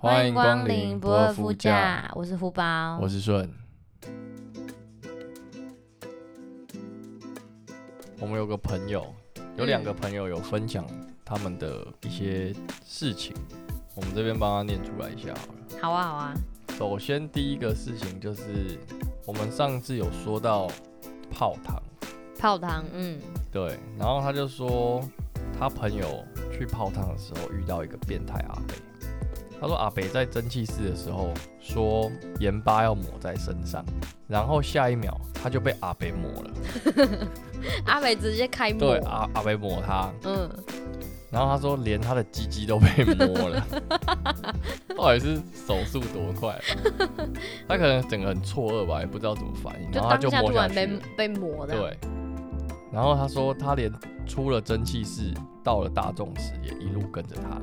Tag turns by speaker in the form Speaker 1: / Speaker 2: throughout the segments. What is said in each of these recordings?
Speaker 1: 欢迎光临不二夫家，
Speaker 2: 我是胡宝
Speaker 1: 我。是顺。我们有个朋友，有两个朋友有分享他们的一些事情，我们这边帮他念出来一下好了。
Speaker 2: 好啊，好啊，
Speaker 1: 首先第一个事情就是，我们上次有说到泡汤，
Speaker 2: 泡汤，嗯，
Speaker 1: 对，然后他就说他朋友去泡汤的时候遇到一个变态阿北，他说阿北在蒸汽室的时候说盐巴要抹在身上，然后下一秒他就被阿北抹了，
Speaker 2: 阿北直接开 幕，
Speaker 1: 对，啊阿阿北抹他，
Speaker 2: 嗯，
Speaker 1: 然后他说连他的鸡鸡都被摸了， 到底是手速多快、啊他可能整个很错愕吧，也不知道怎么反应，
Speaker 2: 就
Speaker 1: 然后他
Speaker 2: 当
Speaker 1: 就
Speaker 2: 下
Speaker 1: 摸
Speaker 2: 突
Speaker 1: 下
Speaker 2: 然
Speaker 1: 去
Speaker 2: 被
Speaker 1: 了。
Speaker 2: 被磨的，，
Speaker 1: 对，然后他说他连出了蒸汽室，到了大众室也一路跟着他。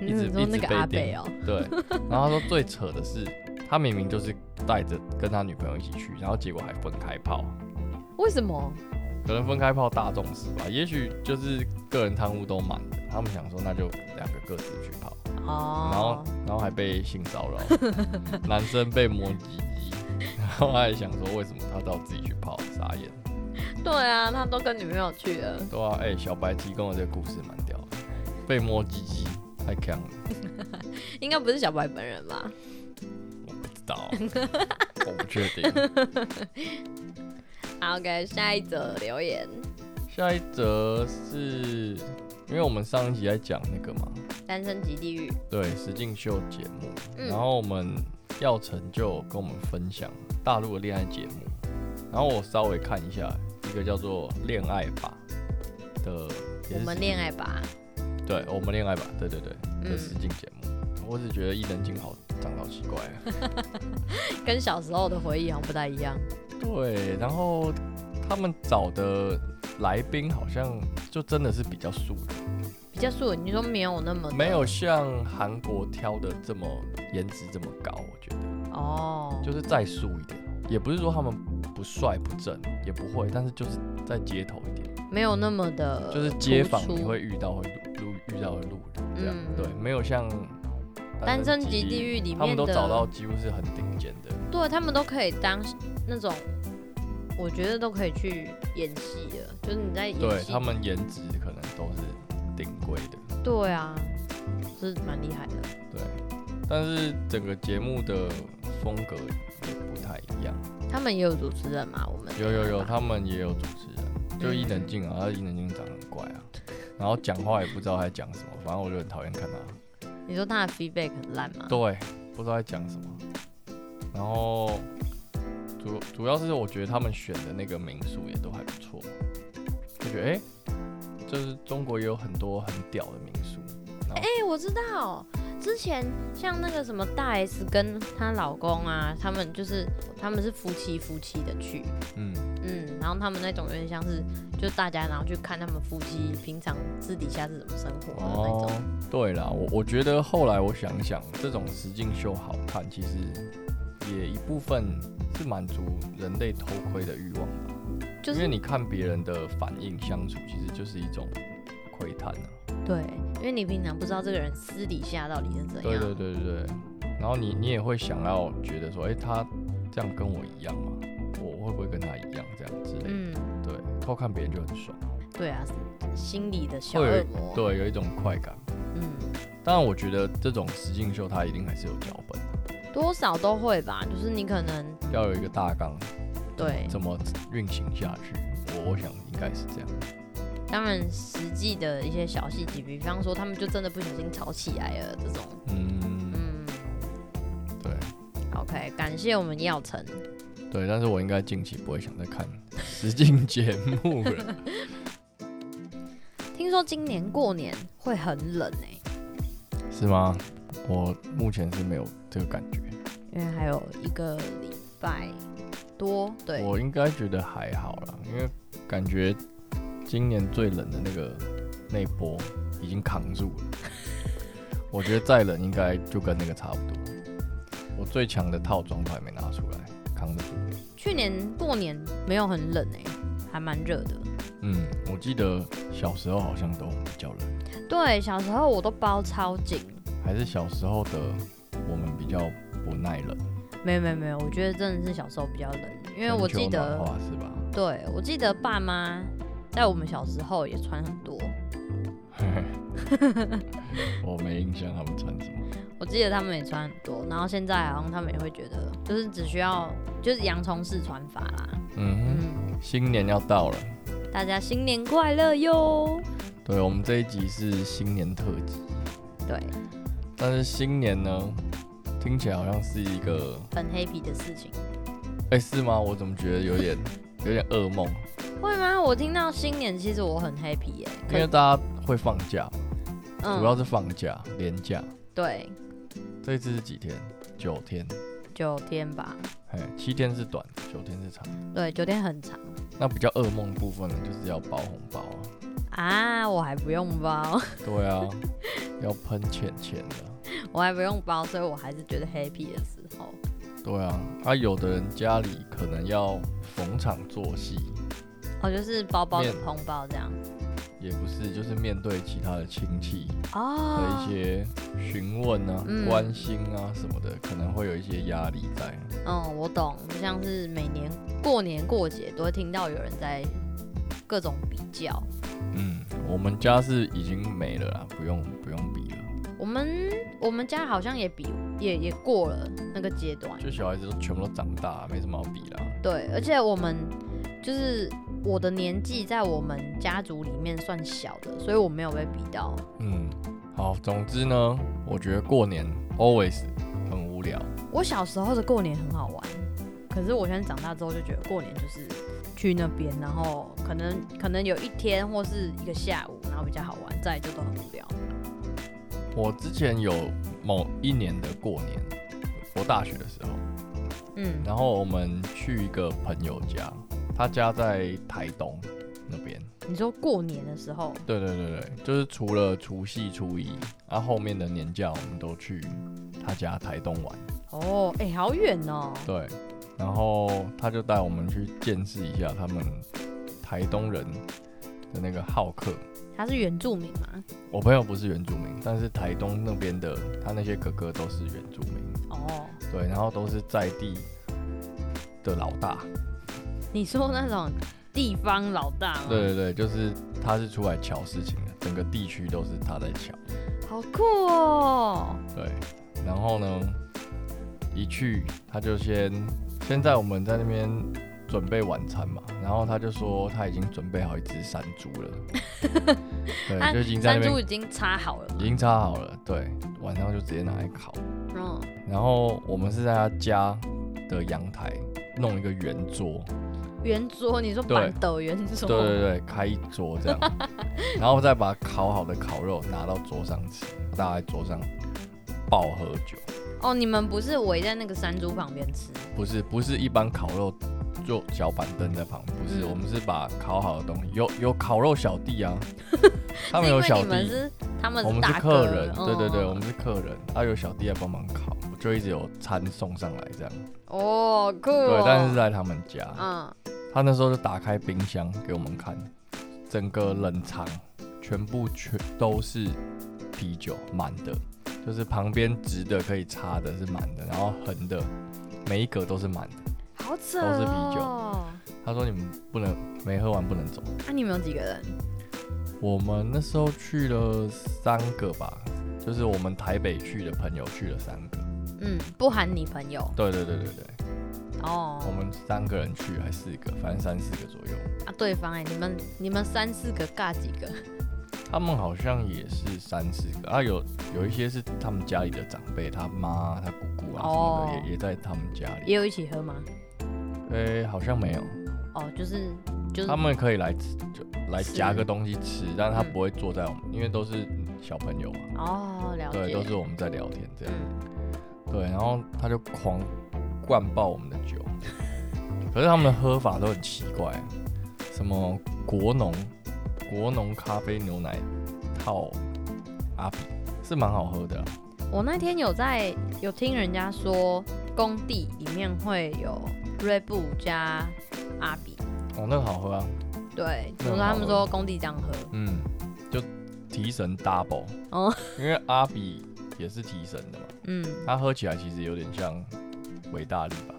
Speaker 1: 一
Speaker 2: 嗯你
Speaker 1: 直
Speaker 2: 是说那
Speaker 1: 一直
Speaker 2: 个
Speaker 1: 被
Speaker 2: 阿北哦、
Speaker 1: 对，然后他说最扯的是，他明明就是带着跟他女朋友一起去，然后结果还分开泡，
Speaker 2: 为什么？
Speaker 1: 可能分开泡大众室吧，也许就是个人贪污都满了，他们想说那就两个各自去泡，然后
Speaker 2: 哦，
Speaker 1: 然后还被性骚扰， 男生被摸鸡鸡，然后他还想说为什么他到自己去泡，傻眼。
Speaker 2: 对啊，他都跟女朋友去了，
Speaker 1: 对啊，哎、小白提供的这个故事蛮屌的，被摸鸡鸡太强了，
Speaker 2: 应该不是小白本人吧？
Speaker 1: 我不知道，我不确定。
Speaker 2: 好，OK，下一则留言，
Speaker 1: 下一则是因为我们上一集在讲那个嘛，
Speaker 2: 单身级地狱，
Speaker 1: 对实境秀节目，
Speaker 2: 嗯
Speaker 1: 然后我们耀成就有跟我们分享大陆的恋爱节目，然后我稍微看一下一个叫做《恋爱吧》的，也
Speaker 2: 我
Speaker 1: 是
Speaker 2: 们
Speaker 1: 实
Speaker 2: 恋爱吧，
Speaker 1: 对我们恋爱吧，对对对的
Speaker 2: 嗯
Speaker 1: 实境节目，我只觉得伊能静好长得好奇怪、啊。
Speaker 2: 跟小时候的回忆好像不太一样，
Speaker 1: 对，然后他们找的来宾好像就真啊的是比较素的，
Speaker 2: 比较素，你说没有那么
Speaker 1: 没有像韩国挑的这么颜值这么高，我觉得
Speaker 2: 哦，
Speaker 1: 就是再素一点，也不是说他们不帅不正，也不会，但是就是在街头一点，
Speaker 2: 没有那么的，
Speaker 1: 就是街访你会遇到会路遇到的路人这样，
Speaker 2: 嗯
Speaker 1: 对，没有像
Speaker 2: 单身级地
Speaker 1: 狱
Speaker 2: 狱里面的，
Speaker 1: 他们都找到几乎是很顶尖的，
Speaker 2: 对他们都可以当那种，我觉得都可以去演戏了，就是你在演
Speaker 1: 对
Speaker 2: 戏，
Speaker 1: 他们颜值可能都是顶规的。
Speaker 2: 对啊，是蛮厉害的。
Speaker 1: 对，但是整个节目的风格也不太一样。
Speaker 2: 他们也有主持人嘛？我们
Speaker 1: 有有有，
Speaker 2: 吧
Speaker 1: 他们也有主持人，就伊能静啊，他伊能静长得很怪啊，然后讲话也不知道在讲什么，反正我就很讨厌看他。
Speaker 2: 你说他的 feedback 很烂吗？
Speaker 1: 对，不知道在讲什么。然后主主要是我觉得他们选的那个民宿也都还不错，就觉得哎、诶就是中国也有很多很屌的民宿。
Speaker 2: 哎、我知道，之前像那个什么大 S 跟她老公啊，他们就是他们是夫妻夫妻的去，
Speaker 1: 嗯，
Speaker 2: 嗯，然后他们那种有点像是就大家然后去看他们夫妻平常私底下是怎么生活的那种。
Speaker 1: 哦，对啦，我我觉得后来我想想，这种实境秀好看，其实也一部分是满足人类偷窥的欲望吧，
Speaker 2: 就
Speaker 1: 因为
Speaker 2: 是
Speaker 1: 你看别人的反应相处，其实就是一种窥探啊。
Speaker 2: 对，因为你平常不知道这个人私底下到底是怎样。
Speaker 1: 对对对对对，然后你你也会想要觉得说，哎、他这样跟我一样吗？我会不会跟他一样这样之类的？
Speaker 2: 嗯，
Speaker 1: 对，偷看别人就很爽，
Speaker 2: 对啊，心里的小
Speaker 1: 会有
Speaker 2: 恶
Speaker 1: 一
Speaker 2: 魔。，
Speaker 1: 对有一种快感。
Speaker 2: 嗯，
Speaker 1: 当然，我觉得这种实境秀它一定还是有脚本，
Speaker 2: 多少都会吧，就是你可能
Speaker 1: 要有一个大纲，
Speaker 2: 对，
Speaker 1: 怎么运行下去？我我想应该是这样。
Speaker 2: 当然实际的一些小细节，比方说他们就真的不小心吵起来了这种。
Speaker 1: 嗯，
Speaker 2: 嗯
Speaker 1: 对
Speaker 2: ，OK，感谢我们耀成。
Speaker 1: 对，但是我应该近期不会想再看实境节目了。
Speaker 2: 听说今年过年会很冷哎、
Speaker 1: 是吗？我目前是没有这个感觉，
Speaker 2: 因为还有一个礼拜多，对，
Speaker 1: 我应该觉得还好啦，因为感觉今年最冷的那个那一波已经扛住了。我觉得再冷应该就跟那个差不多。我最强的套装都还没拿出来，扛得住。
Speaker 2: 去年过年没有很冷哎、还蛮热的。
Speaker 1: 嗯，我记得小时候好像都比较冷。
Speaker 2: 对，小时候我都包超紧，
Speaker 1: 还是小时候的我较不耐冷，
Speaker 2: 没有没有没有，我觉得真的是小时候比较冷，因为我
Speaker 1: 全球
Speaker 2: 记得
Speaker 1: 暖化是吧？
Speaker 2: 对，我记得爸妈在我们小时候也穿很多。
Speaker 1: 我没印象他们穿什么。
Speaker 2: 我记得他们也穿很多，然后现在好像他们也会觉得，就是只需要就是洋葱式穿法啦。
Speaker 1: 嗯
Speaker 2: 嗯，
Speaker 1: 哼，新年要到了，
Speaker 2: 大家新年快乐哟！
Speaker 1: 对我们这一集是新年特辑，
Speaker 2: 对，
Speaker 1: 但是新年呢，听起来好像是一个，
Speaker 2: 很 happy 的事情，
Speaker 1: 哎、是吗？我怎么觉得有点有点噩梦？
Speaker 2: 会吗？我听到新年，其实我很 happy 耶、
Speaker 1: 因为
Speaker 2: 可
Speaker 1: 大家会放假，主要
Speaker 2: 嗯，
Speaker 1: 是放假、连假，
Speaker 2: 对，
Speaker 1: 这一次是几天？九天，
Speaker 2: 九天吧，
Speaker 1: 哎，七天是短，九天是长。
Speaker 2: 对，九天很长
Speaker 1: 那比较噩梦的部分呢，就是要包红包啊，
Speaker 2: 啊，我还不用包，
Speaker 1: 对啊， 要喷钱钱的，
Speaker 2: 我还不用包，所以我还是觉得 happy 的时候，
Speaker 1: 对啊。啊，有的人家里可能要逢场作戏，
Speaker 2: 哦，就是包包
Speaker 1: 面
Speaker 2: 红包这样，
Speaker 1: 也不是，就是面对其他的亲戚的
Speaker 2: 哦，
Speaker 1: 一些询问啊、
Speaker 2: 嗯
Speaker 1: 关心啊什么的，可能会有一些压力在。
Speaker 2: 嗯，我懂，就像是每年过年过节都会听到有人在各种比较。
Speaker 1: 嗯，我们家是已经没了啦，啊不用不用比了，
Speaker 2: 我们我们家好像也比也也过了那个阶段，
Speaker 1: 就小孩子都全部都长大，没什么好比啦。
Speaker 2: 对，而且我们就是我的年纪在我们家族里面算小的，所以我没有被比到。
Speaker 1: 嗯，好，总之呢，我觉得过年 always 很无聊。
Speaker 2: 我小时候的过年很好玩，可是我现在长大之后就觉得过年就是去那边，然后可能可能有一天或是一个下午，然后比较好玩，再来就都很无聊。
Speaker 1: 我之前有某一年的过年，我大学的时候，
Speaker 2: 嗯
Speaker 1: 然后我们去一个朋友家，他家在台东那边。
Speaker 2: 你说过年的时候，
Speaker 1: 对对对对，就是除了除夕、初一，啊后面的年假我们都去他家台东玩。
Speaker 2: 哦，哎、好远哦。
Speaker 1: 对，然后他就带我们去见识一下他们台东人的那个好客。
Speaker 2: 他是原住民吗？
Speaker 1: 我朋友不是原住民，但是台东那边的他那些哥哥都是原住民，
Speaker 2: 哦，
Speaker 1: 对，然后都是在地的老大，
Speaker 2: 你说那种地方老大吗？
Speaker 1: 对，对对，就是他是出来瞧事情的，整个地区都是他在瞧，
Speaker 2: 好酷哦。
Speaker 1: 对，然后呢，一去他就先先在我们在那边准备晚餐嘛，然后他就说他已经准备好一只山猪 了，对，就已经在那
Speaker 2: 啊山猪
Speaker 1: 边
Speaker 2: 已经插好了
Speaker 1: 已
Speaker 2: 吗？
Speaker 1: 经插好了，对，晚上就直接拿来烤。
Speaker 2: 嗯，
Speaker 1: 然后我们是在他家的阳台弄一个圆桌，
Speaker 2: 圆桌，你说
Speaker 1: 对
Speaker 2: 板斗圆桌？
Speaker 1: 对对对，开一桌这样， 然后再把烤好的烤肉拿到桌上吃，大家在桌上爆喝酒，
Speaker 2: 哦，你们不是围在那个山猪旁边吃？
Speaker 1: 不是不是一般烤肉就小板凳在旁边，不是，
Speaker 2: 嗯
Speaker 1: 我们是把烤好的东西，有有烤肉小弟 啊，他们
Speaker 2: 是因
Speaker 1: 有
Speaker 2: 为
Speaker 1: 小
Speaker 2: 你们
Speaker 1: 弟，
Speaker 2: 是他们
Speaker 1: 我们
Speaker 2: 大
Speaker 1: 是客人，对对对，我
Speaker 2: 哦
Speaker 1: 们是客人，他、有小弟来帮忙烤，就一直有餐送上来这样，
Speaker 2: 哦，酷哦。
Speaker 1: 对，但是在他们家，
Speaker 2: 嗯，
Speaker 1: 他那时候就打开冰箱给我们看，整个冷藏全部全都是啤酒，满的，就是旁边直的可以插的是满的，然后横的每一格都是满的。
Speaker 2: 好扯
Speaker 1: 都是啤酒
Speaker 2: 哦。
Speaker 1: 他说你们不能没喝完不能走。
Speaker 2: 那、你们有几个人？
Speaker 1: 我们那时候去了三个吧，就是我们台北去的朋友去了三个。
Speaker 2: 嗯，不含你朋友
Speaker 1: 对对对对对，
Speaker 2: 哦。
Speaker 1: 我们三个人去还四个，反正三四个左右。
Speaker 2: 啊，对方哎、你们你们三四个尬几个？
Speaker 1: 他们好像也是三四个啊，有有一些是他们家里的长辈，他妈、他姑姑啊什么的，
Speaker 2: 哦
Speaker 1: 也也在他们家里。
Speaker 2: 也有一起喝吗？
Speaker 1: 诶、好像没有，
Speaker 2: 哦，就是就是
Speaker 1: 他们可以来吃，就来
Speaker 2: 吃
Speaker 1: 夹个东西吃，但他
Speaker 2: 嗯
Speaker 1: 不会坐在我们，因为都是小朋友嘛，
Speaker 2: 哦，了解，
Speaker 1: 对，都是我们在聊天这样，
Speaker 2: 嗯，
Speaker 1: 对，然后他就狂灌爆我们的酒， 可是他们的喝法都很奇怪，什么国农国农咖啡牛奶套阿比是蛮好喝的啊、
Speaker 2: 我那天有在有听人家说，工地里面会有锐步加阿比，
Speaker 1: 哦，那个好喝啊，
Speaker 2: 对，
Speaker 1: 那
Speaker 2: 我说
Speaker 1: 很好
Speaker 2: 他们
Speaker 1: 喝
Speaker 2: 说工地这样喝，
Speaker 1: 嗯，就提神 double
Speaker 2: 哦
Speaker 1: 因为阿比也是提神的嘛，
Speaker 2: 嗯，
Speaker 1: 它喝起来其实有点像维大利吧，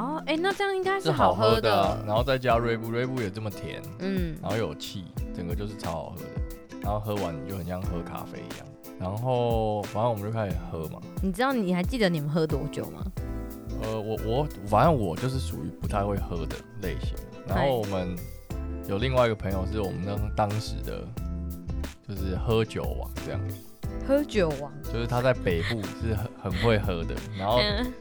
Speaker 2: 哦，哎、那这样应该
Speaker 1: 是
Speaker 2: 好
Speaker 1: 喝
Speaker 2: 的，哦
Speaker 1: 啊然后再加瑞布，瑞布也这么甜，
Speaker 2: 嗯，
Speaker 1: 然后有气，整个就是超好喝的。然后喝完你就很像喝咖啡一样。然后反正我们就开始喝嘛，
Speaker 2: 你知道你还记得你们喝多久吗？
Speaker 1: 呃，我我反正我就是属于不太会喝的类型。然
Speaker 2: 嗨
Speaker 1: 后我们有另外一个朋友是我们当当时的，就是喝酒王这样，
Speaker 2: 喝酒王，
Speaker 1: 就是他在北部是很很会喝的，然后
Speaker 2: 嗯，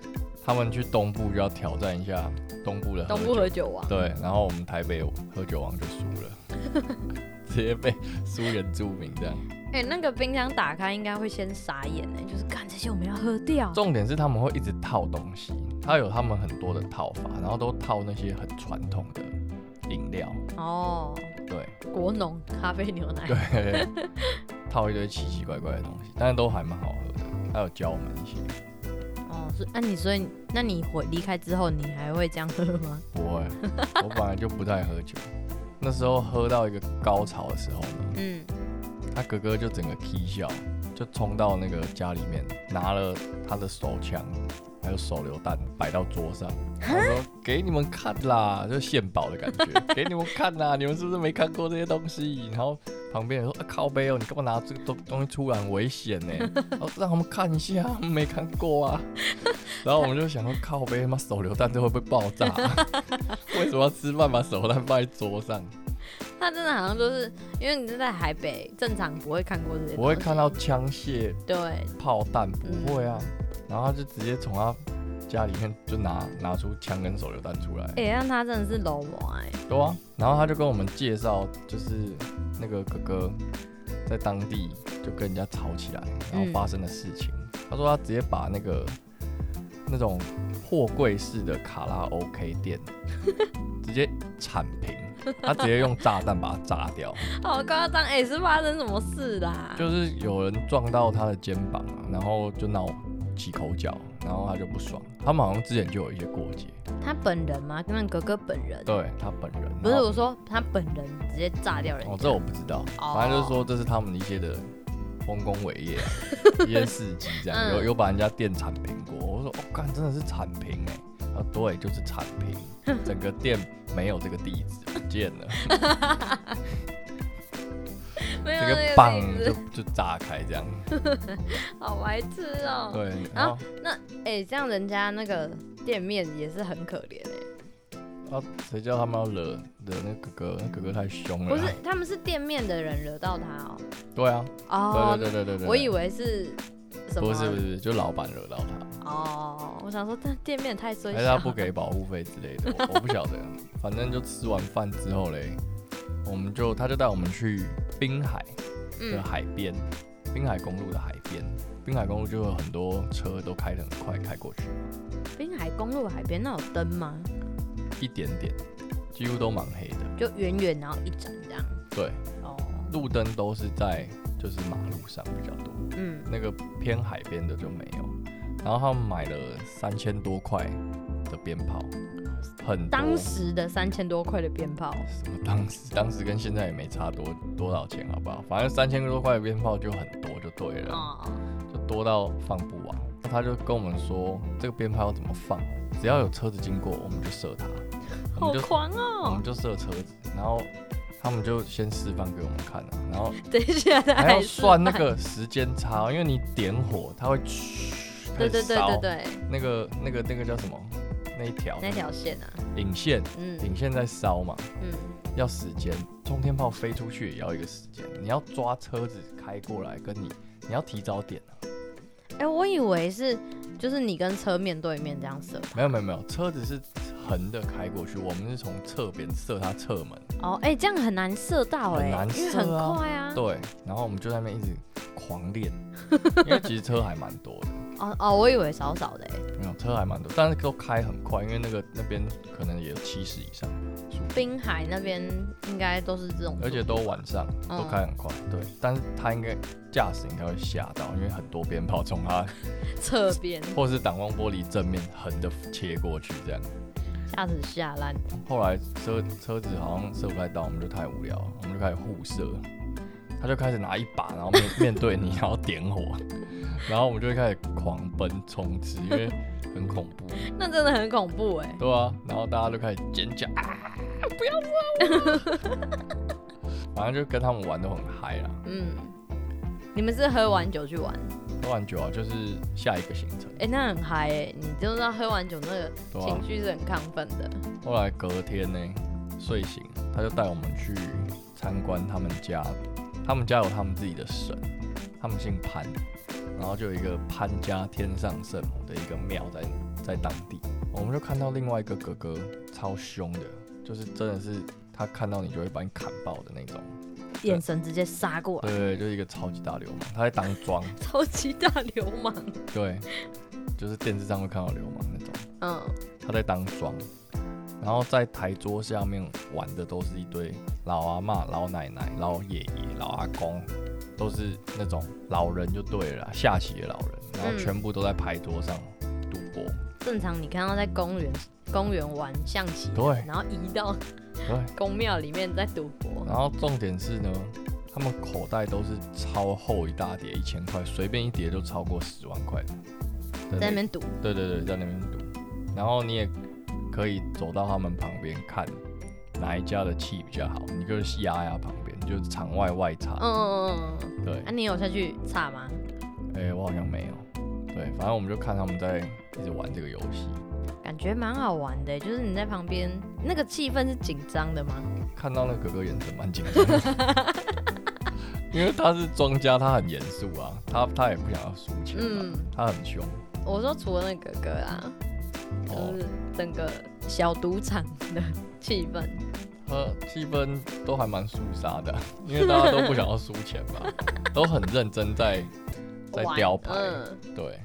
Speaker 1: 他们去东部就要挑战一下东部的喝
Speaker 2: 东
Speaker 1: 酒。
Speaker 2: 部喝酒王，
Speaker 1: 对，然后我们台北喝酒王就输了， 直接被输原住民这样。
Speaker 2: 哎、那个冰箱打开应该会先傻眼哎、就是干这些我们要喝掉，
Speaker 1: 重点是他们会一直套东西，他有他们很多的套法，然后都套那些很传统的饮料，
Speaker 2: 哦，
Speaker 1: 对
Speaker 2: 国农咖啡牛奶，
Speaker 1: 对，套一堆奇奇怪怪的东西，但是都还蛮好喝的。还有教我们一些，
Speaker 2: 哦，是，那、你所以，那你回离开之后，你还会这样喝吗？
Speaker 1: 不会，我本来就不太喝酒，那时候喝到一个高潮的时候呢，
Speaker 2: 嗯，
Speaker 1: 他哥哥就整个 k 笑，就冲到那个家里面，拿了他的手枪还有手榴弹摆到桌上，他说：“给你们看啦，就献宝的感觉， 给你们看啦，你们是不是没看过这些东西？”然后旁边人说：“啊、靠背哦，你干嘛拿这个东东西出来？很危险呢！”哦，让他们看一下，他们没看过啊。然后我们就想说：“靠背，妈手榴弹这会不会爆炸、 为什么要吃饭把手榴弹放在桌上？
Speaker 2: 他真的好像就是因为你是在海北，正常不会看过这些，
Speaker 1: 我会看到，枪械
Speaker 2: 对，
Speaker 1: 炮弹不会啊，然后他就直接从他家里面就拿拿出枪跟手榴弹出来，
Speaker 2: 哎、让他真的是楼模哎，
Speaker 1: 对啊，然后他就跟我们介绍，就是那个哥哥在当地就跟人家吵起来，然后发生的事情。他说他直接把那个那种货柜式的卡拉 OK 店直接铲平，他直接用炸弹把它炸掉。
Speaker 2: 好夸张哎，是发生什么事啦？
Speaker 1: 就是有人撞到他的肩膀啊，然后就闹起口角，然后他就不爽。他们好像之前就有一些过节，
Speaker 2: 他本人吗？跟格格本人？
Speaker 1: 对他本人
Speaker 2: 不是
Speaker 1: 然后
Speaker 2: 我说他本人直接炸掉人家。
Speaker 1: 哦，这我不知道，
Speaker 2: 哦
Speaker 1: 反正就是说这是他们一些的丰功伟 业、啊，一些事迹这样，
Speaker 2: 嗯
Speaker 1: 有有把人家店铲平过。我说哦，干真的是铲平哎、啊对，就是铲 平，整个店没有这个地址不见了，
Speaker 2: 没有
Speaker 1: 这个
Speaker 2: 那个
Speaker 1: 棒
Speaker 2: 例子
Speaker 1: 就就炸开这样，
Speaker 2: 好白痴哦、
Speaker 1: 对，然
Speaker 2: 然
Speaker 1: 后
Speaker 2: 后哎、这样人家那个店面也是很可怜哎、
Speaker 1: 啊谁叫他们要惹惹那哥哥，那哥哥太凶了
Speaker 2: 不
Speaker 1: 啦，
Speaker 2: 是他们是店面的人惹到他哦、
Speaker 1: 啊对啊，
Speaker 2: 哦，
Speaker 1: 对对对对对对，
Speaker 2: 我以为是什么？啊
Speaker 1: 不是不是不是，就老板惹到他，
Speaker 2: 哦，我想说这店面太衰
Speaker 1: 还
Speaker 2: 小
Speaker 1: 哎是他不给保护费之类的，我我不晓得。反正就吃完饭之后嘞，我们就他就带我们去滨海的
Speaker 2: 嗯
Speaker 1: 海边，滨海公路的海边，滨海公路就有很多车都开得很快开过去，
Speaker 2: 滨海公路海边那有灯吗？
Speaker 1: 一点点，几乎都蛮黑的。
Speaker 2: 就远远然后一盏这样。
Speaker 1: 对，
Speaker 2: 哦，
Speaker 1: 路灯都是在就是马路上比较多，
Speaker 2: 嗯，
Speaker 1: 那个偏海边的就没有。然后他们买了三千多块的鞭炮，很多
Speaker 2: 当时的三千多块的鞭炮，
Speaker 1: 什么 当时当时跟现在也没差多多少钱，好不好？反正三千多块的鞭炮就很多就对了，
Speaker 2: 哦，
Speaker 1: 就多到放不完。那他就跟我们说，这个鞭炮要怎么放，只要有车子经过，我们就射它，我
Speaker 2: 好
Speaker 1: 们就、
Speaker 2: 狂
Speaker 1: 我
Speaker 2: 哦
Speaker 1: 们！就射车子，然后他们就先示范给我们看啊，然 后
Speaker 2: 等一下，
Speaker 1: 还要算那个时间差，哦因为你点火，它会嘘
Speaker 2: 对对对
Speaker 1: 开始
Speaker 2: 对，
Speaker 1: 烧
Speaker 2: 对，
Speaker 1: 那个那个那个叫什么？那一条
Speaker 2: 那条线啊，
Speaker 1: 引线，
Speaker 2: 嗯
Speaker 1: 引线在烧嘛，
Speaker 2: 嗯，
Speaker 1: 要时间，冲天炮飞出去也要一个时间，你要抓车子开过来，跟你你要提早点啊。
Speaker 2: 哎、我以为是就是你跟车面对面这样射
Speaker 1: 没有没有没有，车子是横的开过去，我们是从侧边射它侧门，
Speaker 2: 哦，哎、这样很难射到哎、
Speaker 1: 很难
Speaker 2: 因为
Speaker 1: 射
Speaker 2: 很
Speaker 1: 啊
Speaker 2: 快啊。
Speaker 1: 对，然后我们就在那边一直狂 练，因为其实车还蛮多的，
Speaker 2: 哦哦，我以为少少的、哎
Speaker 1: 没有车还蛮多，但是都开很快，因为那个那边可能也有七十以上吧，速度
Speaker 2: 滨海那边应该都是这种速度，
Speaker 1: 而且都晚上
Speaker 2: 嗯
Speaker 1: 都开很快，对，但是他应该驾驶应该会吓到，因为很多鞭炮从他
Speaker 2: 侧边
Speaker 1: 或是挡风玻璃正面横的切过去这样。
Speaker 2: 吓死吓烂。
Speaker 1: 后来车车子好像射不太到，我们就太无聊了，我们就开始互射，他就开始拿一把，然后面 面对你，然后点火，然后我们就会开始狂奔冲刺，因为很恐怖，
Speaker 2: 那真的很恐怖哎、
Speaker 1: 对啊，然后大家就开始尖叫啊，不要 抓我，反正就跟他们玩都很嗨啦。
Speaker 2: 嗯，你们是喝完酒去玩？
Speaker 1: 喝完酒啊，就是下一个行程，
Speaker 2: 哎、那很嗨哎、你知道喝完酒那个
Speaker 1: 对啊
Speaker 2: 情。绪是很亢奋的。
Speaker 1: 后来隔天呢，睡醒他就带我们去参观他们家，他们家有他们自己的神，他们姓潘，然后就有一个潘家天上圣母的一个庙在在当地，我们就看到另外一个哥哥超凶的，就是真的是他看到你就会把你砍爆的那种，
Speaker 2: 眼神直接杀过来，
Speaker 1: 对，就是一个超级大流氓，他在当庄，
Speaker 2: 超级大流氓。
Speaker 1: 对，就是电视上会看到流氓那种。
Speaker 2: 嗯，
Speaker 1: 他在当庄，然后在台桌下面玩的都是一堆老阿嬷、老奶奶、老爷爷、老阿公，都是那种老人就对了啦，下棋的老人，然后
Speaker 2: 嗯
Speaker 1: 全部都在牌桌上赌博。
Speaker 2: 正常你看到在公园公园玩象棋，
Speaker 1: 对
Speaker 2: 然后移到
Speaker 1: 对，
Speaker 2: 宫庙里面在赌博，
Speaker 1: 然后重点是呢，他们口袋都是超厚一大叠，一千块，随便一叠就超过十万块的。
Speaker 2: 在那边赌。
Speaker 1: 对对对，在那边读，然后你也可以走到他们旁边看哪一家的气比较好，你就是压压旁边，就是场外外插。
Speaker 2: 嗯嗯嗯嗯
Speaker 1: 对
Speaker 2: 嗯。，啊，你有下去查吗？
Speaker 1: 哎、我好像没有。对，反正我们就看他们在一直玩这个游戏，
Speaker 2: 感觉蛮好玩的，就是你在旁边，那个气氛是紧张的吗？
Speaker 1: 看到那个哥哥眼神蛮紧张的， 因为他是庄家，他很严肃啊，他他也不想要输钱、啊，
Speaker 2: 嗯，
Speaker 1: 他很凶。
Speaker 2: 我说除了那个哥哥啊，就
Speaker 1: 哦，
Speaker 2: 是整个小赌场的 气氛，
Speaker 1: 呃，气氛都还蛮肃杀的，啊 因为大家都不想要输钱 嘛，都很认真在在
Speaker 2: 玩
Speaker 1: 雕牌。
Speaker 2: 嗯，
Speaker 1: 对，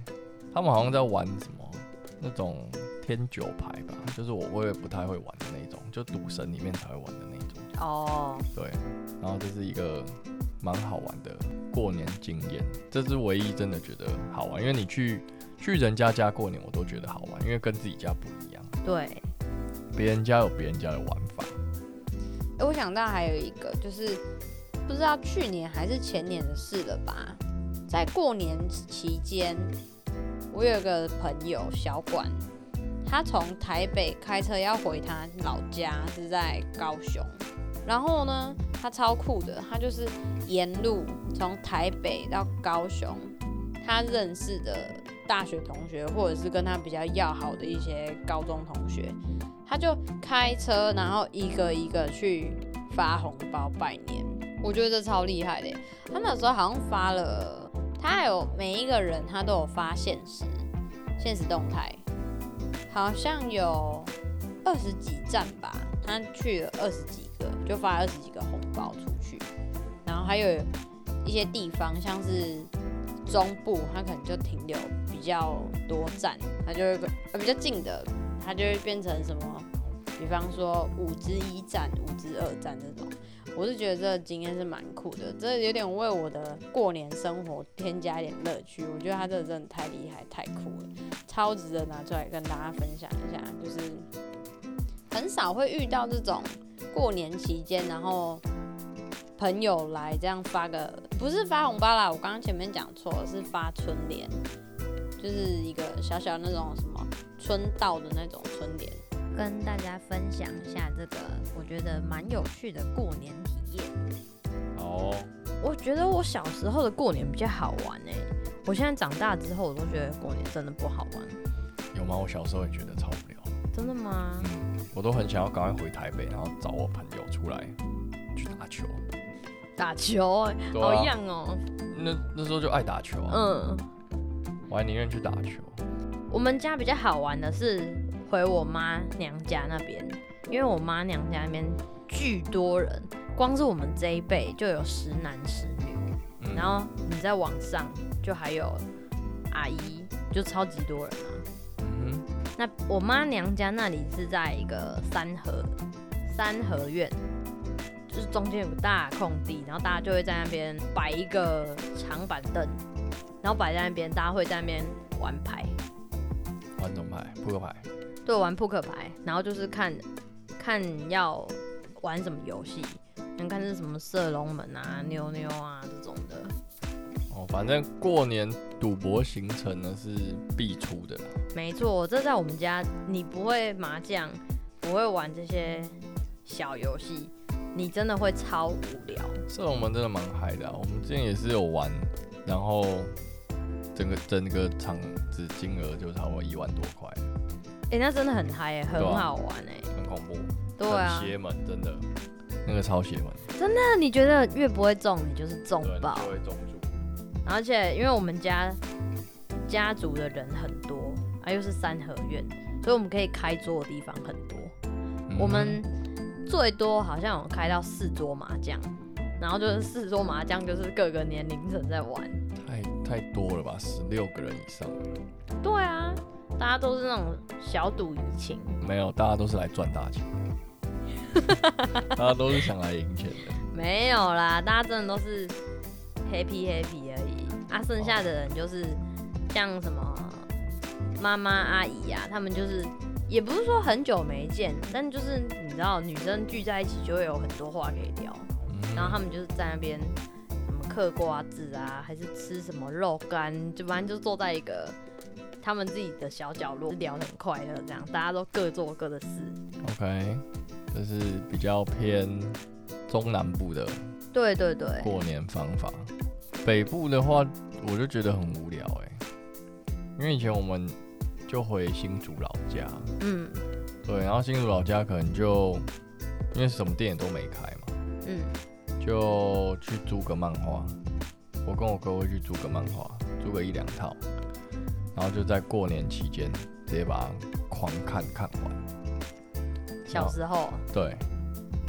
Speaker 1: 他们好像在玩什么那种天九牌吧，就是我我也不太会玩的那种，就赌神里面才会玩的那种。
Speaker 2: 哦，
Speaker 1: 对，然后这是一个蛮好玩的过年经验，这是唯一真的觉得好玩，因为你去去人家家过年，我都觉得好玩，因为跟自己家不一样，
Speaker 2: 对，
Speaker 1: 别人家有别人家的玩法。
Speaker 3: 哎、我想到还有一个，就是不知道去年还是前年的事了吧，在过年期间，我有一个朋友小管，他从台北开车要回他老家，是在高雄。然后呢，他超酷的，他就是沿路从台北到高雄，他认识的大学同学，或者是跟他比较要好的一些高中同学，他就开车，然后一个一个去发红包拜年，我觉得这超厉害的耶。他那时候好像发了，他还有每一个人他都有发现实，现实动态，好像有二十几站吧，他去了二十几个，就发二十几个红包出去，然后还有一些地方像是中部，他可能就停留比较多站，他就会呃比较近的，它就会变成什么？比方说五之一战、五之二战这种，我是觉得这个经验是蛮酷的，这有点为我的过年生活添加一点乐趣。我觉得它这个真的太厉害、太酷了，超值得拿出来跟大家分享一下。就是很少会遇到这种过年期间，然后朋友来这样发个，不是发红包啦，我刚刚前面讲错了，是发春联，就是一个小小那种什么春到的那种春联。
Speaker 2: 跟大家分享一下这个我觉得蛮有趣的过年体验。
Speaker 1: 哦，
Speaker 2: 我觉得我小时候的过年比较好玩哎、我现在长大之后，我都觉得过年真的不好玩。
Speaker 1: 有吗？我小时候也觉得超无聊，
Speaker 2: 真的吗？
Speaker 1: 嗯，我都很想要赶快回台北，然后找我朋友出来去打球。
Speaker 2: 打球、欸，
Speaker 1: 对
Speaker 2: 好
Speaker 1: 啊，
Speaker 2: 哦样哦、
Speaker 1: 那那时候就爱打球啊，
Speaker 2: 嗯，
Speaker 1: 我还宁愿去打球。
Speaker 2: 我们家比较好玩的是回我妈娘家那边，因为我妈娘家那边巨多人，光是我们这一辈就有十男十女，
Speaker 1: 嗯
Speaker 2: 然后你在网上就还有阿姨，就超级多人啊。
Speaker 1: 嗯哼。
Speaker 2: 那我妈娘家那里是在一个三合三合院，就是中间有个大空地，然后大家就会在那边摆一个长板凳，然后摆在那边，大家会在那边玩牌，
Speaker 1: 玩什么牌？扑克牌。
Speaker 2: 对，玩扑克牌，然后就是看看要玩什么游戏，你看是什么射龙门啊、妞妞啊这种的。
Speaker 1: 哦，反正过年赌博行程呢是必出的啦。
Speaker 2: 没错，这在我们家，你不会麻将，不会玩这些小游戏，你真的会超无聊。
Speaker 1: 射龙门真的蛮嗨的啊、我们之前也是有玩，然后整个整个场子金额就差不多一万多块，
Speaker 2: 哎、那真的很嗨、欸，很
Speaker 1: 对啊
Speaker 2: 好玩哎、
Speaker 1: 很恐怖，
Speaker 2: 对啊
Speaker 1: 很，邪门，真的，那个超邪门，
Speaker 2: 那你觉得越不会中，你就是中
Speaker 1: 对，你啊
Speaker 2: 爆。
Speaker 1: 就会中注。
Speaker 2: 而且因为我们家家族的人很多，啊又是三合院，所以我们可以开桌的地方很多。
Speaker 1: 嗯
Speaker 2: 我们最多好像有开到四桌麻将，然后就是四桌麻将就是各个年龄层在玩。
Speaker 1: 太太多了吧，十六个人以上，
Speaker 2: 对啊，大家都是那种小赌怡情。
Speaker 1: 没有，大家都是来赚大钱的，大家都是想来赢钱的。
Speaker 2: 没有啦，大家真的都是 happy happy 而已。啊，剩下的人就是像什么妈妈阿姨啊，他们就是也不是说很久没见，但就是你知道，女生聚在一起就会有很多话可以聊。
Speaker 1: 嗯
Speaker 2: 然后他们就是在那边什么嗑瓜子啊，还是吃什么肉干，就反正就坐在一个他们自己的小角落，聊得很快乐，这样大家都各做各的事。
Speaker 1: OK，这是比较偏中南部的
Speaker 2: 对对对，
Speaker 1: 过年方法。北部的话，我就觉得很无聊哎、因为以前我们就回新竹老家，
Speaker 2: 嗯
Speaker 1: 对，然后新竹老家可能就因为什么店也都没开嘛，
Speaker 2: 嗯，
Speaker 1: 就去租个漫画。我跟我哥会去租个漫画，租个一两套，然后就在过年期间直接把它狂看看完。
Speaker 2: 小时候，
Speaker 1: 对，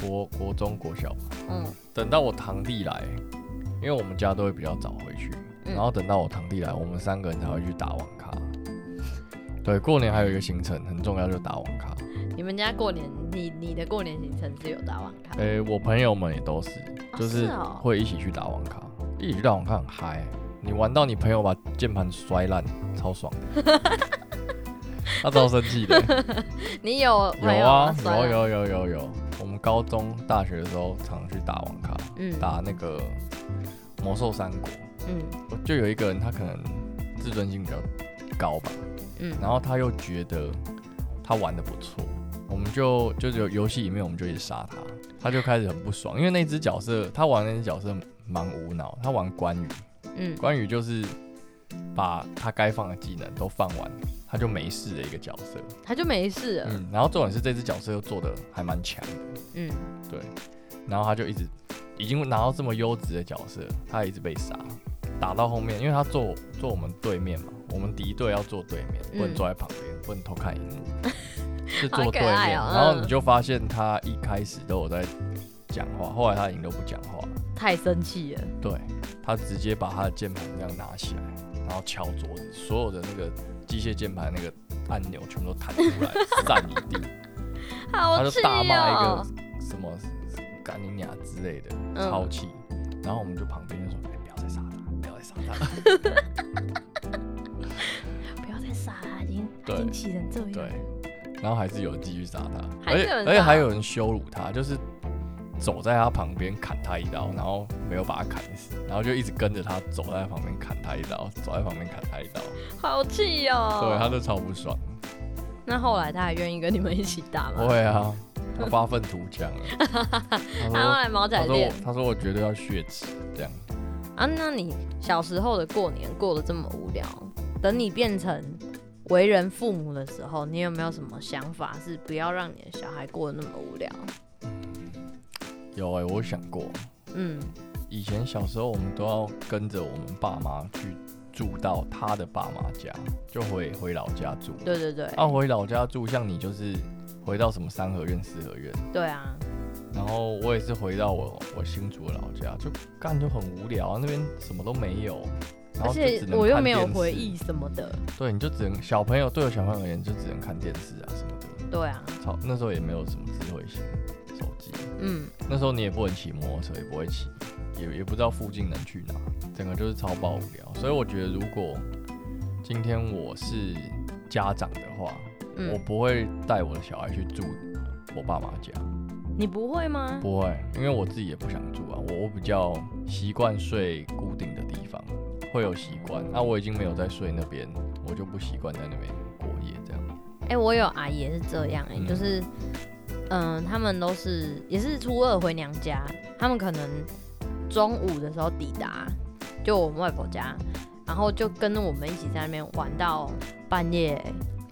Speaker 1: 国国中国小吧。
Speaker 2: 嗯
Speaker 1: 等到我堂弟来，因为我们家都会比较早回去，
Speaker 2: 嗯
Speaker 1: 然后等到我堂弟来，我们三个人才会去打网咖。对，过年还有一个行程很重要，就打网咖。
Speaker 2: 你们家过年，你你的过年行程是有打网咖？
Speaker 1: 诶、哎我朋友们也都是，就是是
Speaker 2: 哦
Speaker 1: 会一起去打网咖，一起去打网咖很嗨、你玩到你朋友把键盘摔烂，超爽的。他超生气的，
Speaker 2: 你有
Speaker 1: 有
Speaker 2: 朋友
Speaker 1: 啊，
Speaker 2: 摔
Speaker 1: 有有
Speaker 2: 了，
Speaker 1: 有有有。我们高中、大学的时候常去打网咖，
Speaker 2: 嗯
Speaker 1: 打那个魔兽三国。
Speaker 2: 嗯
Speaker 1: 我就有一个人，他可能自尊心比较高吧，
Speaker 2: 嗯
Speaker 1: 然后他又觉得他玩的不错，我们就就是游游戏里面我们就一直杀他，他就开始很不爽，因为那只角色他玩那只角色蛮无脑，他玩关羽，
Speaker 2: 嗯，
Speaker 1: 关羽就是把他该放的技能都放完，他就没事的一个角色，
Speaker 2: 他就没事了，
Speaker 1: 嗯，然后重点是这只角色又做的还蛮强的，
Speaker 2: 嗯
Speaker 1: 对，然后他就一直已经拿到这么优质的角色，他一直被杀，打到后面，因为他坐坐我们对面嘛，我们敌队要坐对面，不能
Speaker 2: 嗯
Speaker 1: 坐在旁边，不能偷看荧幕， 是
Speaker 2: 好
Speaker 1: 坐
Speaker 2: 可
Speaker 1: 对面。
Speaker 2: 爱哦
Speaker 1: 然后
Speaker 2: 嗯
Speaker 1: 你就发现他一开始都有在讲话，后来他已经都不讲话了，
Speaker 2: 太生气了，
Speaker 1: 对他直接把他的键盘这样拿起来，然后敲桌子，所有的那个机械键盘那个按钮全部都弹出 来，散一地。他
Speaker 2: 好
Speaker 1: 就
Speaker 2: 气
Speaker 1: 大骂一
Speaker 2: 哦
Speaker 1: 个，什么干你娘之类的，
Speaker 2: 嗯
Speaker 1: 超气。然后我们就旁边就说：“哎、不要再杀他，不要再杀他。
Speaker 2: 不要再傻了，已经他
Speaker 1: 对
Speaker 2: 已经气成这”样
Speaker 1: 对，，然后还是有人继续杀他，
Speaker 2: 还
Speaker 1: 而
Speaker 2: 是
Speaker 1: 且
Speaker 2: 有人
Speaker 1: 而且
Speaker 2: 杀
Speaker 1: 还有人羞辱他，就是走在他旁边砍他一刀，然后没有把他砍死，然后就一直跟着他走在他旁边砍他一刀，走在旁边砍他一刀，
Speaker 2: 好气哦。
Speaker 1: 对，他就超不爽。
Speaker 2: 那后来他还愿意跟你们一起打吗？
Speaker 1: 会啊，他发愤图强 了。他
Speaker 2: 他后
Speaker 1: 说
Speaker 2: 来毛
Speaker 1: 他
Speaker 2: 仔
Speaker 1: 说我
Speaker 2: 练
Speaker 1: 他说我绝对要血耻这样。
Speaker 2: 啊，那你小时候的过年过得这么无聊，等你变成为人父母的时候，你有没有什么想法是不要让你的小孩过得那么无聊？
Speaker 1: 有哎、我有想过。
Speaker 2: 嗯，
Speaker 1: 以前小时候，我们都要跟着我们爸妈去住到他的爸妈家，就回回老家住。
Speaker 2: 对对对，
Speaker 1: 啊，回老家住，像你就是回到什么三合院、四合院，
Speaker 2: 对啊，
Speaker 1: 然后我也是回到我我新竹的老家，就干就很无聊啊，那边什么都没有，然
Speaker 2: 而
Speaker 1: 后就
Speaker 2: 且
Speaker 1: 只能
Speaker 2: 我又
Speaker 1: 看
Speaker 2: 没有
Speaker 1: 电视
Speaker 2: 回忆，什么的，
Speaker 1: 对，你就只能小朋友对我小朋友而言就只能看电视啊什么的，
Speaker 2: 对啊，
Speaker 1: 操，那时候也没有什么智慧型手机，
Speaker 2: 嗯，
Speaker 1: 那时候你也不能骑摩托车，也不会骑，也也不知道附近能去哪，整个就是超爆无聊。所以我觉得，如果今天我是家长的话，
Speaker 2: 嗯
Speaker 1: 我不会带我的小孩去住我爸妈家，
Speaker 2: 你不会吗？
Speaker 1: 不会，因为我自己也不想住啊，我我比较习惯睡固定的地方，会有习惯。那、我已经没有在睡那边，我就不习惯在那边过夜这样。
Speaker 2: 哎、我有阿姨也是这样、欸，
Speaker 1: 嗯
Speaker 2: 就是，嗯、他们都是也是初二回娘家，他们可能中午的时候抵达，就我们外婆家，然后就跟我们一起在那边玩到半夜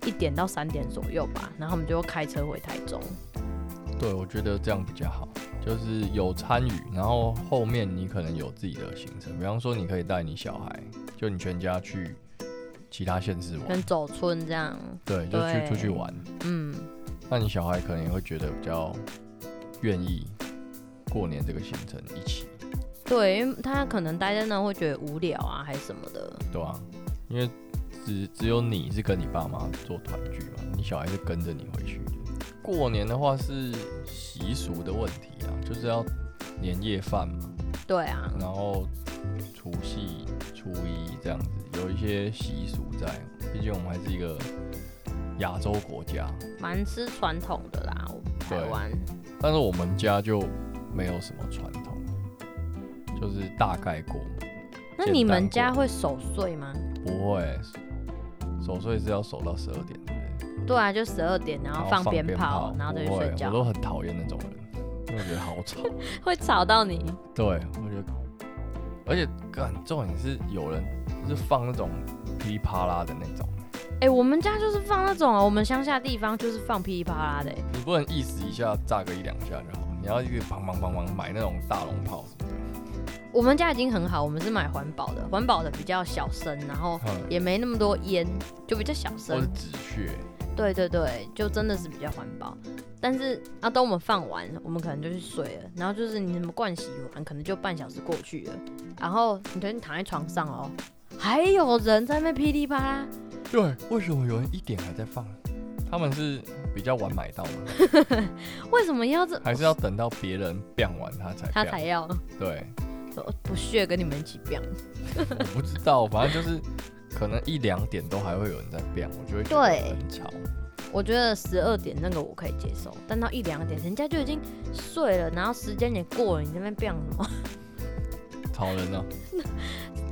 Speaker 2: 一点到三点左右吧，然后我们就开车回台中。
Speaker 1: 对，我觉得这样比较好，就是有参与，然后后面你可能有自己的行程，比方说你可以带你小孩，就你全家去其他县市玩
Speaker 2: 跟，走村这样，
Speaker 1: 对，就去
Speaker 2: 对
Speaker 1: 出去玩。
Speaker 2: 嗯，
Speaker 1: 那你小孩可能也会觉得比较愿意过年这个行程一起，
Speaker 2: 对，因为他可能待在那会觉得无聊啊，还是什么的。
Speaker 1: 对啊，因为只只有你是跟你爸妈做团聚嘛，你小孩是跟着你回去的。过年的话是习俗的问题啊，就是要年夜饭嘛，
Speaker 2: 对啊，
Speaker 1: 然后除夕、初一这样子，有一些习俗在。毕竟我们还是一个亚洲国家，
Speaker 2: 蛮吃传统的啦，我台
Speaker 1: 对
Speaker 2: 湾。
Speaker 1: 但是我们家就没有什么传统，就是大概过，
Speaker 2: 那
Speaker 1: 简
Speaker 2: 你
Speaker 1: 单
Speaker 2: 们
Speaker 1: 过
Speaker 2: 家会守岁吗？
Speaker 1: 不会守岁是要守到十二点，对不对？
Speaker 2: 对啊，就十二点，然后放鞭炮，然后再去
Speaker 1: 不会
Speaker 2: 睡觉
Speaker 1: 我，都很讨厌那种人，因为我觉得好吵。
Speaker 2: 会吵到你。
Speaker 1: 对，我觉得，而且干重点是有人就是放那种噼里啪啦的那种，
Speaker 2: 哎、我们家就是放那种，啊我们乡下地方就是放噼里啪啦的、欸
Speaker 1: 你不能意思一下炸个一两下就好，你要一直砰砰砰砰买那种大龙炮什么的。
Speaker 2: 我们家已经很好，我们是买环保的，环保的比较小声，然后
Speaker 1: 嗯
Speaker 2: 也没那么多烟，就比较小
Speaker 1: 我
Speaker 2: 声
Speaker 1: 是。止血，
Speaker 2: 对对对，就真的是比较环保。但是啊，等我们放完，我们可能就去睡了。然后就是你什么盥洗完，可能就半小时过去了。然后你觉得你躺在床上哦，还有人在那边噼里啪啦。
Speaker 1: 对，为什么有人一点还在放？他们是比较晚买到吗？
Speaker 2: 为什么要这？
Speaker 1: 还是要等到别人变完他才
Speaker 2: 他
Speaker 1: 变
Speaker 2: 才要
Speaker 1: 对？
Speaker 2: 我不屑跟你们一起变。
Speaker 1: 我不知道，反正就是可能一两点都还会有人在变，我就会觉
Speaker 2: 对
Speaker 1: 得很吵。
Speaker 2: 我觉得十二点那个我可以接受，但到一两点人家就已经睡了，然后时间也过了，你在那边变什么，
Speaker 1: 吵人啊！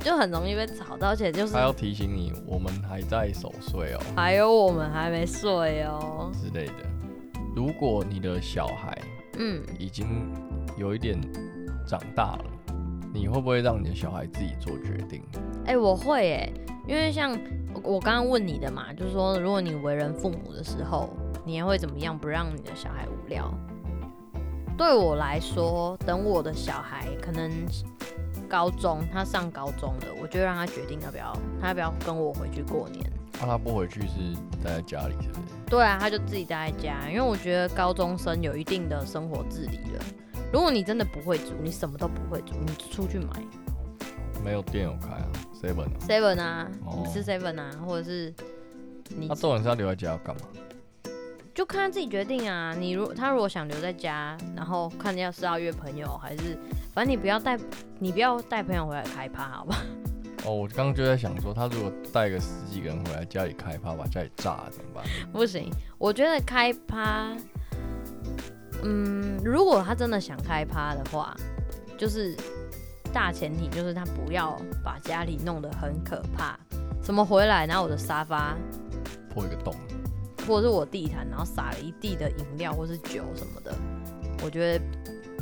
Speaker 2: 就很容易被吵到，而且就是
Speaker 1: 他要提醒你，我们还在守岁哦
Speaker 2: 还有我们还没睡哦。
Speaker 1: 之类的。如果你的小孩
Speaker 2: 嗯，
Speaker 1: 已经有一点长大了，你会不会让你的小孩自己做决定？
Speaker 2: 哎、我会哎、因为像我我刚刚问你的嘛，就是说如果你为人父母的时候，你也会怎么样不让你的小孩无聊？对我来说，等我的小孩可能高中，他上高中了，我就让他决定要不要他要不要跟我回去过年。
Speaker 1: 那、啊他不回去是待在家里，是不是？
Speaker 2: 对啊，他就自己待在家，因为我觉得高中生有一定的生活自理了。如果你真的不会煮，你什么都不会煮，你就出去买
Speaker 1: 没有店有开啊，seven 啊。
Speaker 2: seven 啊，
Speaker 1: 哦啊
Speaker 2: 你吃 seven 啊，或者是你
Speaker 1: 那、重点是他留在家要干嘛？
Speaker 2: 就看他自己决定啊。你如他如果想留在家，然后看要是要约朋友，还是反正你不要带你不要带朋友回来开趴，好吧？
Speaker 1: 哦，我刚刚就在想说，他如果带个十几个人回来家里开趴，把家里炸了怎么办？
Speaker 2: 不行，我觉得开趴，嗯，如果他真的想开趴的话，就是大前提就是他不要把家里弄得很可怕，什么回来然后我的沙发
Speaker 1: 破一个洞。
Speaker 2: 或者是我地毯，然后撒了一地的饮料或是酒什么的，我觉得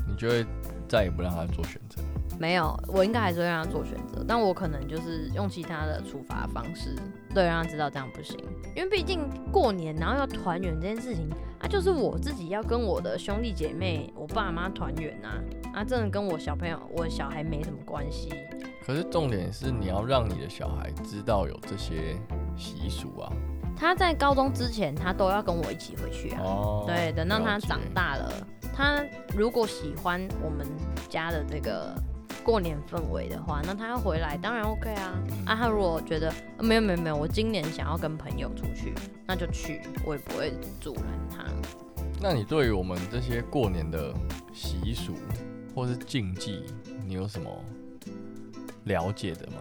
Speaker 1: 你就会再也不让他做选择。
Speaker 2: 没有，我应该还是会让他做选择，但我可能就是用其他的处罚方式，对，让他知道这样不行。因为毕竟过年，然后要团圆这件事情啊，就是我自己要跟我的兄弟姐妹、我爸妈团圆啊，啊，真的跟我小朋友、我小孩没什么关系。
Speaker 1: 可是重点是，你要让你的小孩知道有这些习俗啊。
Speaker 2: 他在高中之前，他都要跟我一起回去啊。
Speaker 1: 哦，
Speaker 2: 对，等到他
Speaker 1: 了解
Speaker 2: 长，大了，他如果喜欢我们家的这个过年氛围的话，那他要回来当然 OK 啊。
Speaker 1: 嗯
Speaker 2: 啊，他如果觉得、呃没有没有没有，我今年想要跟朋友出去，那就去，我也不会阻拦他。
Speaker 1: 那你对于我们这些过年的习俗或是禁忌，你有什么了解的吗？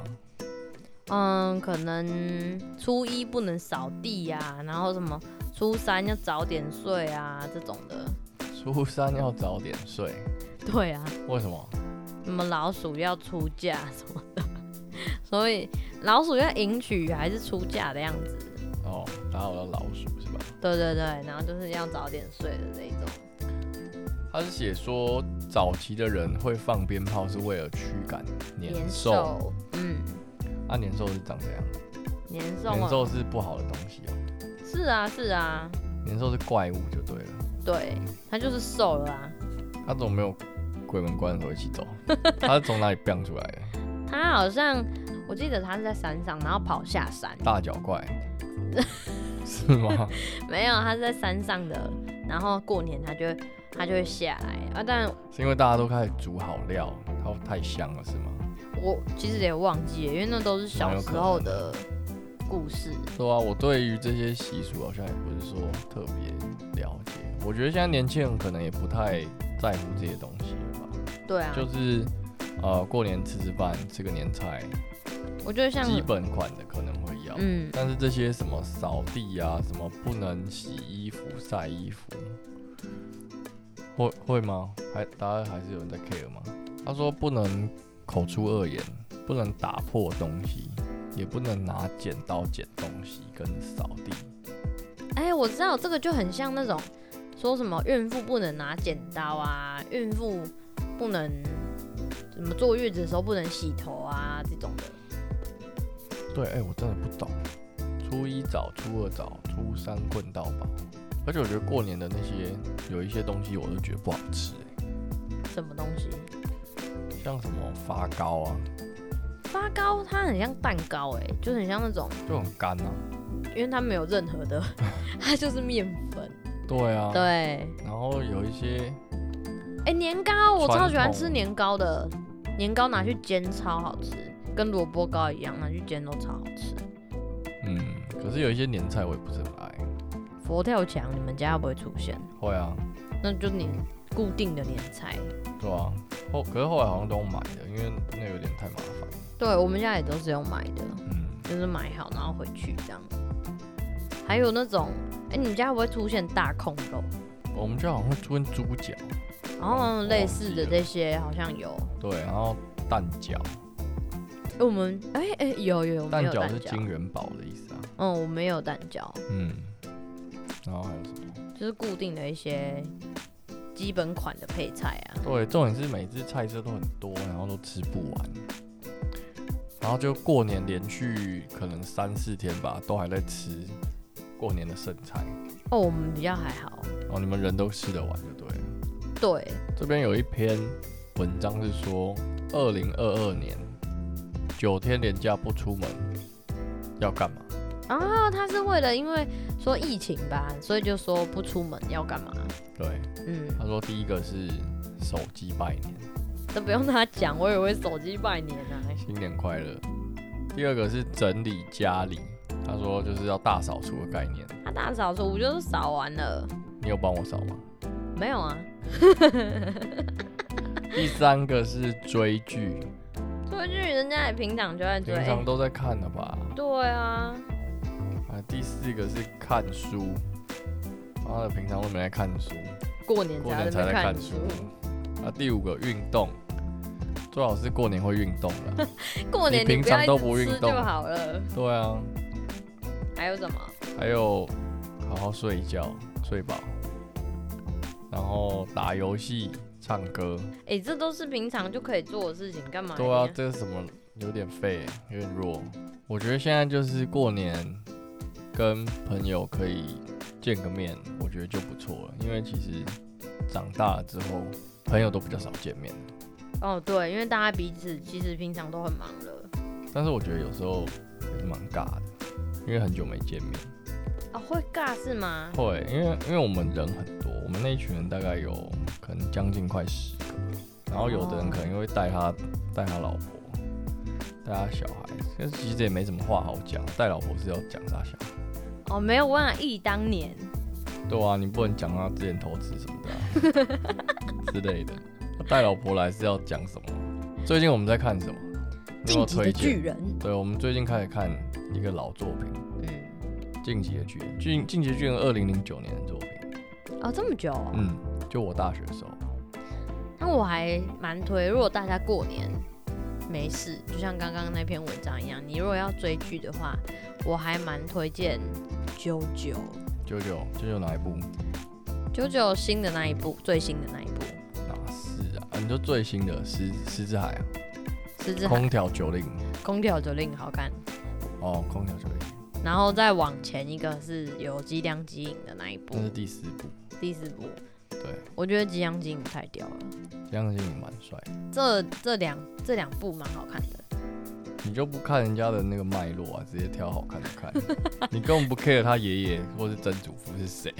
Speaker 2: 嗯，可能初一不啊能扫地呀、然后什么初三要早点睡啊这种的。
Speaker 1: 初三要早点睡，
Speaker 2: 对啊，
Speaker 1: 为什么？
Speaker 2: 什么老鼠要出嫁什么的， 所以老鼠要迎娶还是出嫁的样子。
Speaker 1: 哦，打扰到老鼠是吧？
Speaker 2: 对对对，然后就是要早点睡的那一种。
Speaker 1: 他是写说，早期的人会放鞭炮是为了驱赶年兽。，
Speaker 2: 嗯，
Speaker 1: 啊，年兽是长这样，
Speaker 2: 年兽啊
Speaker 1: 年兽是不好的东西哦，
Speaker 2: 是啊是啊，
Speaker 1: 年兽是怪物就对了。
Speaker 2: 对，它就是瘦了啊。
Speaker 1: 他怎么没有鬼门关的时候一起 走？他是从哪里变出来的？
Speaker 2: 它好像我记得它是在山上，然后跑下山。
Speaker 1: 大脚 怪是吗？
Speaker 2: 没有，它是在山上的，然后过年它就会它就会下来啊。但
Speaker 1: 是因为大家都开始煮好料，它太香了是吗？
Speaker 2: 我其实也忘记了，因为那都是小时候的故事。
Speaker 1: 对啊，我对于这些习俗好像也不是说特别了解。我觉得现在年轻人可能也不太在乎这些东西了吧，
Speaker 2: 对啊，
Speaker 1: 就是呃过年吃吃饭，吃个年菜，
Speaker 2: 我觉得像
Speaker 1: 基本款的可能会要。
Speaker 2: 嗯，
Speaker 1: 但是这些什么扫地啊，什么不能洗衣服、晒衣服，会会吗？还大家还是有人在 care 吗？他说不能口出恶言，不能打破东西，也不能拿剪刀剪东西跟扫地。
Speaker 2: 哎、我知道这个就很像那种说什么孕妇不能拿剪刀啊，孕妇不能怎么坐月子的时候不能洗头啊这种的。
Speaker 1: 对，哎、我真的不懂。初一早，初二早，初三棍到饱。而且我觉得过年的那些有一些东西，我都觉得不好吃、哎，
Speaker 2: 什么东西？
Speaker 1: 像什么发糕啊，
Speaker 2: 发糕它很像蛋糕、哎，就很像那种，
Speaker 1: 就很干啊。
Speaker 2: 因为它没有任何的， 它就是面粉。
Speaker 1: 对啊，
Speaker 2: 对，哎、
Speaker 1: 然后有一些
Speaker 2: 年糕我超喜欢
Speaker 1: 传统
Speaker 2: 吃年糕的，年糕拿去煎超好吃，跟萝卜糕一样，拿去煎都超好吃。
Speaker 1: 嗯，可是有一些年菜我也不是很爱。
Speaker 2: 佛跳墙你们家会不会出现？
Speaker 1: 会啊，
Speaker 2: 那就年固定的年菜。
Speaker 1: 对啊，后可是后来好像都买的，因为那有点太麻烦。
Speaker 2: 对，我们家也都是用买的，
Speaker 1: 嗯，
Speaker 2: 就是买好然后回去这样。还有那种，哎、你们家会不会出现大空肉？
Speaker 1: 我们家好像会出现猪脚，
Speaker 2: 然后
Speaker 1: 嗯
Speaker 2: 类似的
Speaker 1: 忘记了
Speaker 2: 这些好像有，
Speaker 1: 对，然后蛋饺，
Speaker 2: 哎我们哎哎、有有有，我们
Speaker 1: 蛋
Speaker 2: 有
Speaker 1: 饺
Speaker 2: 蛋
Speaker 1: 是金
Speaker 2: 饺，
Speaker 1: 元宝的意思啊。
Speaker 2: 嗯，我们也有蛋饺，
Speaker 1: 嗯，然后还有什么？
Speaker 2: 就是固定的一些基本款的配菜啊。
Speaker 1: 对，重点是每次菜色都很多，然后都吃不完，然后就过年连续可能三四天吧，都还在吃过年的剩菜。
Speaker 2: 哦，我们比较还好，
Speaker 1: 哦，你们人都吃得完就对了。
Speaker 2: 对，
Speaker 1: 这边有一篇文章是说，二零二二年九天连假不出门要干嘛？
Speaker 2: 然后他是为了因为说疫情吧，所以就说不出门要干嘛，
Speaker 1: 对，
Speaker 2: 嗯，
Speaker 1: 他说第一个是手机拜年，
Speaker 2: 都不用他讲，我以为手机拜年呢、啊。
Speaker 1: 新年快乐；第二个是整理家里，他说就是要大扫除的概念。
Speaker 2: 他大扫除就是扫完了，
Speaker 1: 你有帮我扫吗？
Speaker 2: 没有啊？
Speaker 1: 第三个是追剧，
Speaker 2: 追剧人家也平常就在追
Speaker 1: 平，常都在看的吧？
Speaker 2: 对啊，
Speaker 1: 啊，第四个是看书，妈的，平常都没在看书。
Speaker 2: 过年
Speaker 1: 过
Speaker 2: 才
Speaker 1: 年才
Speaker 2: 在那
Speaker 1: 在
Speaker 2: 边
Speaker 1: 看
Speaker 2: 看
Speaker 1: 书。啊，第五个运动，最好是过年会运动啦。
Speaker 2: 过年
Speaker 1: 你平
Speaker 2: 你不要
Speaker 1: 常
Speaker 2: 一
Speaker 1: 都不
Speaker 2: 直
Speaker 1: 运
Speaker 2: 吃
Speaker 1: 动
Speaker 2: 就好了。
Speaker 1: 对啊，
Speaker 2: 还有什么？
Speaker 1: 还有好好睡一觉，睡饱，然后打游戏、唱歌。
Speaker 2: 哎、这都是平常就可以做的事情，干嘛？
Speaker 1: 对啊，，这是什么？有点废，有点弱。我觉得现在就是过年跟朋友可以见个面，我觉得就不错了。因为其实长大了之后，朋友都比较少见面了。
Speaker 2: 哦对，因为大家彼此其实平常都很忙了
Speaker 1: 但是我觉得有时候也是蛮尬的，因为很久没见面。
Speaker 2: 啊、会尬是吗？
Speaker 1: 会，因为因为我们人很多，我们那一群人大概有可能将近快十个，然后有的人可能会带他带他老婆，带他小孩，但是其实也没什么话好讲。带老婆是要讲啥小孩？
Speaker 2: 哦，没有，我想忆当年，
Speaker 1: 对啊，你不能讲他之前投资什么的、啊、之类的。带老婆来是要讲什么？最近我们在看什么？你有没有
Speaker 2: 晋级的
Speaker 1: 推
Speaker 2: 巨
Speaker 1: 荐？
Speaker 2: 人，
Speaker 1: 对，我们最近开始看一个老作品。
Speaker 2: 嗯，
Speaker 1: 《进击的巨人》，《进进击的巨人》二零零九年的作品，
Speaker 2: 哦这么久、
Speaker 1: 嗯，就我大学的时候，
Speaker 2: 那我还蛮推，如果大家过年没事，就像刚刚那篇文章一样，你如果要追剧的话，我还蛮推荐《九九》。
Speaker 1: 九九九九哪一部？
Speaker 2: 九九新的那一部，最新的那一部
Speaker 1: 哪是啊？啊你说最新的《狮狮子海》啊，
Speaker 2: 《狮子
Speaker 1: 《
Speaker 2: 海
Speaker 1: 空调九零》
Speaker 2: 空调九令》好看，
Speaker 1: 哦，《空调九零》
Speaker 2: 然后再往前一个是有《吉良吉影》的那一部
Speaker 1: 那，是第四部，
Speaker 2: 第四部，
Speaker 1: 对，
Speaker 2: 我觉得《吉良吉影》太屌了，
Speaker 1: 梁静也蛮帅的。
Speaker 2: 这这两这两部蛮好看的，
Speaker 1: 你就不看人家的那个脉络啊，直接挑好看的 看，你根本不 care 他爷爷或是曾祖父是谁。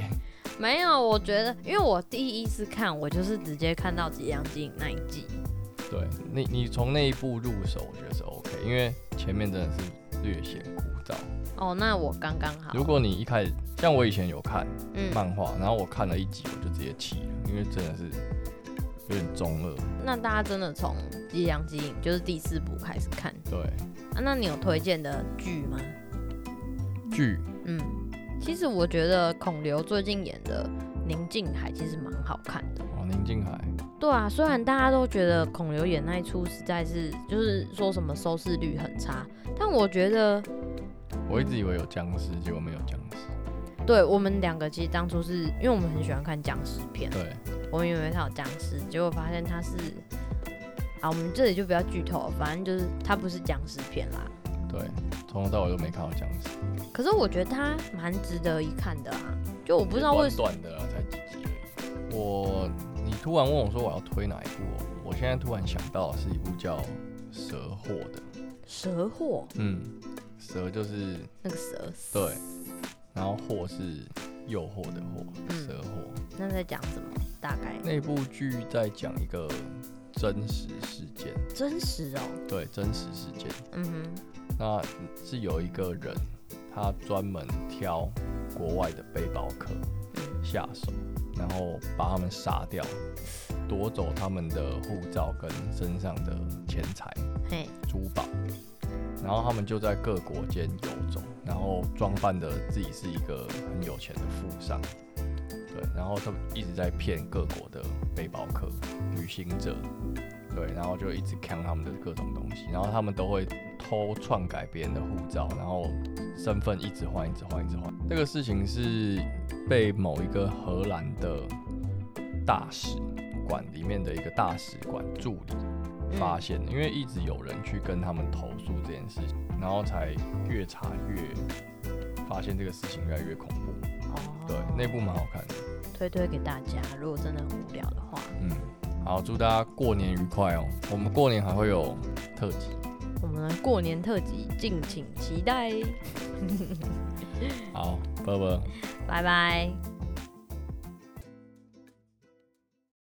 Speaker 2: 没有，我觉得因为我第一次看，我就是直接看到《吉良吉影》那一季，
Speaker 1: 对你，你从那一步入手，我觉得是 OK，因为前面真的是略显枯燥。
Speaker 2: 哦，那我刚刚好，
Speaker 1: 如果你一开始像我以前有看
Speaker 2: 嗯，
Speaker 1: 漫画，然后我看了一集我就直接弃了，因为真的是有点中二。
Speaker 2: 那大家真的从《吉良吉影》就是第四部开始看
Speaker 1: 对，
Speaker 2: 啊？那你有推荐的剧吗？
Speaker 1: 剧
Speaker 2: 嗯，其实我觉得孔刘最近演的《宁静海》其实蛮好看的。
Speaker 1: 哦，宁静海
Speaker 2: 对啊，虽然大家都觉得孔刘演那一出实在是就是说什么收视率很差，但我觉得
Speaker 1: 我一直以为有僵尸，结果没有僵尸。
Speaker 2: 对我们两个其实当初是因为我们很喜欢看僵尸片，
Speaker 1: 对，
Speaker 2: 我们以为他有僵尸，结果发现他是啊，我们这里就不要剧透了，反正就是他不是僵尸片啦。
Speaker 1: 对，从头到尾都没看到僵尸。
Speaker 2: 可是我觉得他蛮值得一看的啊，就我不知道为什么
Speaker 1: 短短的啊，才几集而已。我，你突然问我说我要推哪一部哦，我现在突然想到的是一部叫《蛇祸》的，
Speaker 2: 蛇祸
Speaker 1: 嗯，蛇就是
Speaker 2: 那个蛇死，
Speaker 1: 对，然后祸是诱惑的祸，
Speaker 2: 嗯
Speaker 1: 蛇祸。
Speaker 2: 那在讲什么？大概
Speaker 1: 那部剧在讲一个真实事件，
Speaker 2: 真实哦，
Speaker 1: 对，真实事件，
Speaker 2: 嗯哼，
Speaker 1: 那是有一个人，他专门挑国外的背包客
Speaker 2: 嗯
Speaker 1: 下手，然后把他们杀掉，夺走他们的护照跟身上的钱财、
Speaker 2: 嘿，
Speaker 1: 珠宝，然后他们就在各国间游走，然后装扮的自己是一个很有钱的富商，对，然后他们一直在骗各国的背包客、旅行者，对，然后就一直看他们的各种东西，然后他们都会偷篡改别人的护照，然后身份一直换，一直换，一直换。这个事情是被某一个荷兰的大使馆里面的一个大使馆助
Speaker 2: 嗯
Speaker 1: 理发现的，因为一直有人去跟他们投诉这件事情，然后才越查越发现这个事情越来越恐怖。
Speaker 2: 哦，
Speaker 1: 对，那部蛮好看的。
Speaker 2: 推推给大家，如果真的很无聊的话，
Speaker 1: 嗯，好，祝大家过年愉快哦！我们过年还会有特辑。
Speaker 2: 我们的过年特辑敬请期待，
Speaker 1: 好，拜拜。
Speaker 2: 拜拜。